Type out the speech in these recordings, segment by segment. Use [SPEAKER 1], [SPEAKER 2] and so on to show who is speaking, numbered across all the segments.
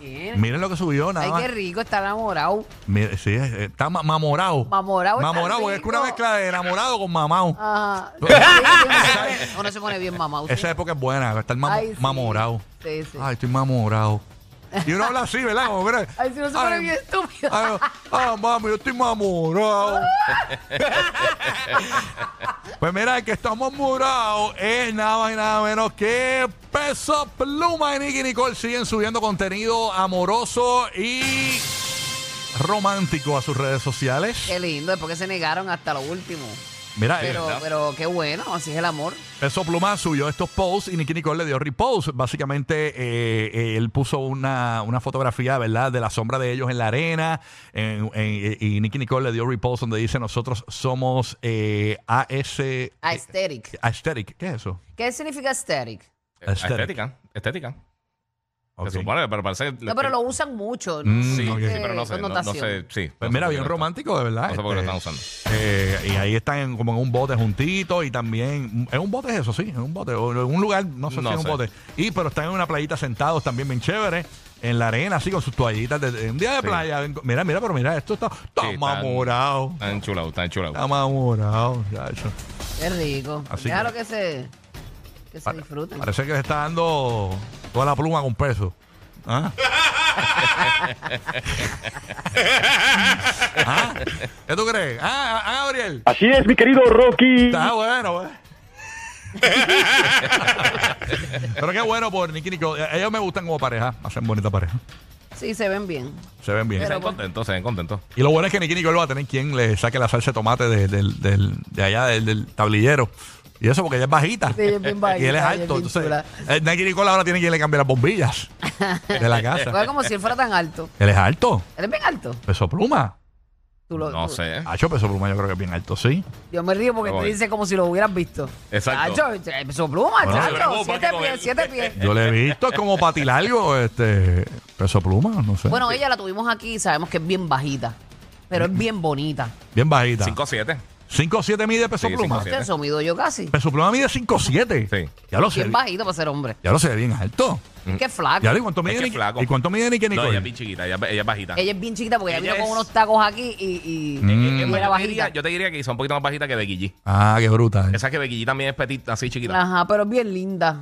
[SPEAKER 1] Bien.
[SPEAKER 2] Miren lo que subió, nada
[SPEAKER 1] Ay,
[SPEAKER 2] más.
[SPEAKER 1] qué rico, está enamorado.
[SPEAKER 2] Mire, sí, es- está ma- mamorado.
[SPEAKER 1] Mamorado está
[SPEAKER 2] Mamorado, porque es que una
[SPEAKER 1] rico.
[SPEAKER 2] mezcla de enamorado con mamao.
[SPEAKER 1] Ajá.
[SPEAKER 2] Tú-
[SPEAKER 1] Sí, sí, uno se pone- Uno se pone bien mamado. ¿sí?
[SPEAKER 2] Esa época es buena, estar mam-
[SPEAKER 1] Ay, sí.
[SPEAKER 2] mamorado.
[SPEAKER 1] Sí, sí.
[SPEAKER 2] Ay, estoy mamorado. Y uno habla así, ¿verdad? Como, mira,
[SPEAKER 1] Ay, si no se pone bien estúpido.
[SPEAKER 2] Ay, ah, mami, yo estoy mamorado. pues mira, el que estamos murados es nada más y nada menos que Peso Pluma y Nicky Nicole siguen subiendo contenido amoroso y romántico a sus redes sociales.
[SPEAKER 1] Qué lindo, es porque se negaron hasta lo último.
[SPEAKER 2] Mira, eh,
[SPEAKER 1] Eh, Pero,
[SPEAKER 2] ¿verdad?
[SPEAKER 1] pero qué bueno, así es el amor.
[SPEAKER 2] Peso Pluma subió estos posts y Nicky Nicole le dio repost. Básicamente, eh, eh, él puso una, una fotografía, ¿verdad?, de la sombra de ellos en la arena. en- en- y Nicky Nicole le dio repost donde dice: Nosotros somos eh, AS. eh,
[SPEAKER 1] Ah, Aesthetic.
[SPEAKER 2] Aesthetic. ¿Qué es eso?
[SPEAKER 1] ¿Qué significa aesthetic?
[SPEAKER 2] Aesthetic.
[SPEAKER 3] Eh, Estética. Estética.
[SPEAKER 2] Ok.
[SPEAKER 3] Se supone, pero parece.
[SPEAKER 1] No, pero lo usan mucho.
[SPEAKER 2] Mm,
[SPEAKER 1] ¿no?
[SPEAKER 3] Sí,
[SPEAKER 2] ok.
[SPEAKER 3] sí, pero no
[SPEAKER 1] Con
[SPEAKER 3] sé. No, no
[SPEAKER 1] notación.
[SPEAKER 3] sé. Sí.
[SPEAKER 2] Pues
[SPEAKER 3] no
[SPEAKER 2] mira, bien
[SPEAKER 3] sé por qué lo
[SPEAKER 2] romántico, de verdad.
[SPEAKER 3] No sé por qué lo están
[SPEAKER 2] este,
[SPEAKER 3] usando.
[SPEAKER 2] eh, y ahí están en- como en un bote juntitos y también. Es un bote, eso sí, es un bote. O en un lugar, no sé si
[SPEAKER 3] No
[SPEAKER 2] es un
[SPEAKER 3] sé.
[SPEAKER 2] bote. Y pero están en una playita sentados también bien chévere. En la arena, así con sus toallitas. de- de- un día de
[SPEAKER 3] Sí.
[SPEAKER 2] playa. ven- Mira, mira, pero mira, esto está. Está
[SPEAKER 3] Sí, están-
[SPEAKER 2] mamorado.
[SPEAKER 3] Están enchulados, están
[SPEAKER 2] Está
[SPEAKER 1] Ah,
[SPEAKER 3] enchulados.
[SPEAKER 2] mamorado, chacho.
[SPEAKER 1] Qué rico.
[SPEAKER 2] Así
[SPEAKER 1] Déjalo
[SPEAKER 2] que-
[SPEAKER 1] que, se, que se disfruten.
[SPEAKER 2] Parece que le está dando toda la pluma con peso. ¿Ah? ¿Ah? ¿Qué tú crees? Ah, ah, Gabriel.
[SPEAKER 4] Así es, mi querido Rocky.
[SPEAKER 2] Está bueno, eh. Pero qué bueno por Nicky Nicole. Ellos me gustan como pareja. Hacen bonita pareja.
[SPEAKER 1] Sí, se ven bien.
[SPEAKER 2] Se ven bien.
[SPEAKER 3] Se ven contentos, se ven contentos.
[SPEAKER 2] Y lo bueno es que Nicky Nicole va a tener quien le saque la salsa de tomate de, del- del- de allá, del, del tablillero. Y eso porque ella es bajita.
[SPEAKER 1] Sí, ella es bien bajita,
[SPEAKER 2] Y él es
[SPEAKER 1] ella es
[SPEAKER 2] alto.
[SPEAKER 1] bien
[SPEAKER 2] Entonces,
[SPEAKER 1] chula.
[SPEAKER 2] eh, Nicky Nicole ahora tiene quien le cambie las bombillas de la
[SPEAKER 1] Fue
[SPEAKER 2] casa.
[SPEAKER 1] como si él fuera tan alto.
[SPEAKER 2] Él es alto.
[SPEAKER 1] Él es bien alto.
[SPEAKER 2] Peso pluma.
[SPEAKER 1] Tú lo-
[SPEAKER 3] No
[SPEAKER 1] tú-
[SPEAKER 3] sé.
[SPEAKER 2] Hacho, peso pluma yo creo que es bien alto, sí.
[SPEAKER 1] Yo me río porque
[SPEAKER 3] Oye.
[SPEAKER 1] te dice como si lo hubieras visto.
[SPEAKER 3] Ah, Exacto.
[SPEAKER 1] Chacho, eh, su pluma,
[SPEAKER 2] Bueno,
[SPEAKER 1] chacho,
[SPEAKER 3] pero vos,
[SPEAKER 1] siete
[SPEAKER 3] ¿para qué
[SPEAKER 1] pies,
[SPEAKER 3] con
[SPEAKER 1] siete pies.
[SPEAKER 2] Yo le he visto es como patilargo, este, peso pluma, no sé.
[SPEAKER 1] Bueno, ella la tuvimos aquí y sabemos que es bien bajita, pero es bien bonita.
[SPEAKER 2] bien bajita.
[SPEAKER 3] 5-7.
[SPEAKER 2] 5'7 mide peso
[SPEAKER 3] Sí,
[SPEAKER 2] pluma.
[SPEAKER 3] 5'7.
[SPEAKER 1] Usted eso mido yo casi.
[SPEAKER 2] Peso pluma mide 5'7.
[SPEAKER 3] Sí.
[SPEAKER 2] Ya lo sé.
[SPEAKER 1] Bien bajito para ser hombre.
[SPEAKER 2] Ya lo sé, bien alto.
[SPEAKER 3] Mm.
[SPEAKER 1] Qué flaco.
[SPEAKER 2] Ya lo ¿y cuánto mide
[SPEAKER 3] que
[SPEAKER 2] Nicky-
[SPEAKER 3] flaco.
[SPEAKER 2] ¿Y cuánto mide Nicky
[SPEAKER 3] No, ella
[SPEAKER 2] Nicole?
[SPEAKER 3] es bien chiquita, ella, ella es bajita.
[SPEAKER 1] Ella es bien chiquita porque ella,
[SPEAKER 3] Ella
[SPEAKER 1] vino con
[SPEAKER 3] es-
[SPEAKER 1] unos tacos aquí y, y,
[SPEAKER 2] Mm.
[SPEAKER 1] y era
[SPEAKER 3] Es más, yo, te
[SPEAKER 1] bajita.
[SPEAKER 3] diría, yo te diría que quizá un poquito más bajita que de Guilly.
[SPEAKER 2] ah, qué bruta.
[SPEAKER 3] Esa que de Guilly también es petit, así chiquita.
[SPEAKER 1] Ajá, pero bien linda.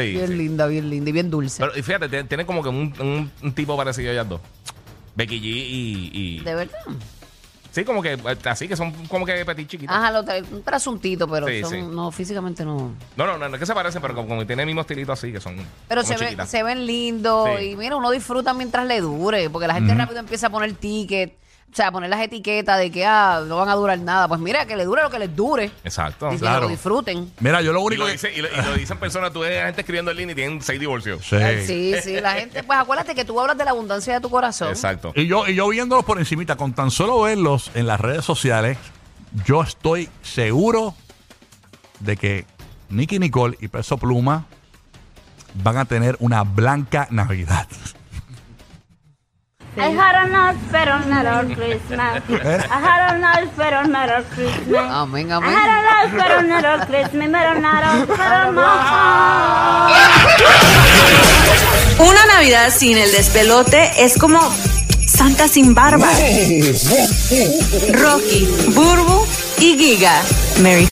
[SPEAKER 1] Ah, bien
[SPEAKER 3] sí.
[SPEAKER 1] linda, bien linda y bien dulce.
[SPEAKER 3] Pero y fíjate, tiene, tiene como que un, un, un tipo parecido a ellas dos. Becky G y, y-
[SPEAKER 1] de verdad.
[SPEAKER 3] Sí, como que eh, así que son como que petit chiquitas.
[SPEAKER 1] Ajá, lo tra- un trasuntito, pero
[SPEAKER 3] Sí,
[SPEAKER 1] son-
[SPEAKER 3] sí.
[SPEAKER 1] no, físicamente no.
[SPEAKER 3] No, no, no, no es que se parecen, pero como, como que tiene el mismo estilito así, que son.
[SPEAKER 1] Pero
[SPEAKER 3] como
[SPEAKER 1] se, ve-
[SPEAKER 3] chiquitas.
[SPEAKER 1] se ven lindos
[SPEAKER 3] Sí.
[SPEAKER 1] y mira, uno disfruta mientras le dure, porque la gente rápido empieza a poner ticket, o sea, a poner las etiquetas de que ah, no van a durar nada. Pues mira, que le dure lo que les dure.
[SPEAKER 3] Exacto.
[SPEAKER 1] y que
[SPEAKER 2] claro.
[SPEAKER 1] lo disfruten.
[SPEAKER 2] Mira, yo lo
[SPEAKER 3] Y
[SPEAKER 2] único
[SPEAKER 3] lo,
[SPEAKER 2] que...
[SPEAKER 3] dice, y, lo, y lo dicen personas, tú ves gente escribiendo en línea y tienen seis divorcios.
[SPEAKER 2] Sí.
[SPEAKER 1] Ay, Sí, sí, la gente, pues acuérdate que tú hablas de la abundancia de tu corazón.
[SPEAKER 3] Exacto.
[SPEAKER 2] Y yo, y yo viéndolos por encimita, con tan solo verlos en las redes sociales, yo estoy seguro de que Nicky Nicole y Peso Pluma van a tener una blanca Navidad.
[SPEAKER 5] I had a nice pero not on Christmas. I had a nice pero not on Christmas.
[SPEAKER 1] Amén,
[SPEAKER 5] I
[SPEAKER 1] amén.
[SPEAKER 5] had a nice pero not on Christmas, pero not on, pero not on.
[SPEAKER 6] Una Navidad sin el despelote es como Santa sin barba. Rocky, Burbu y Giga. Merry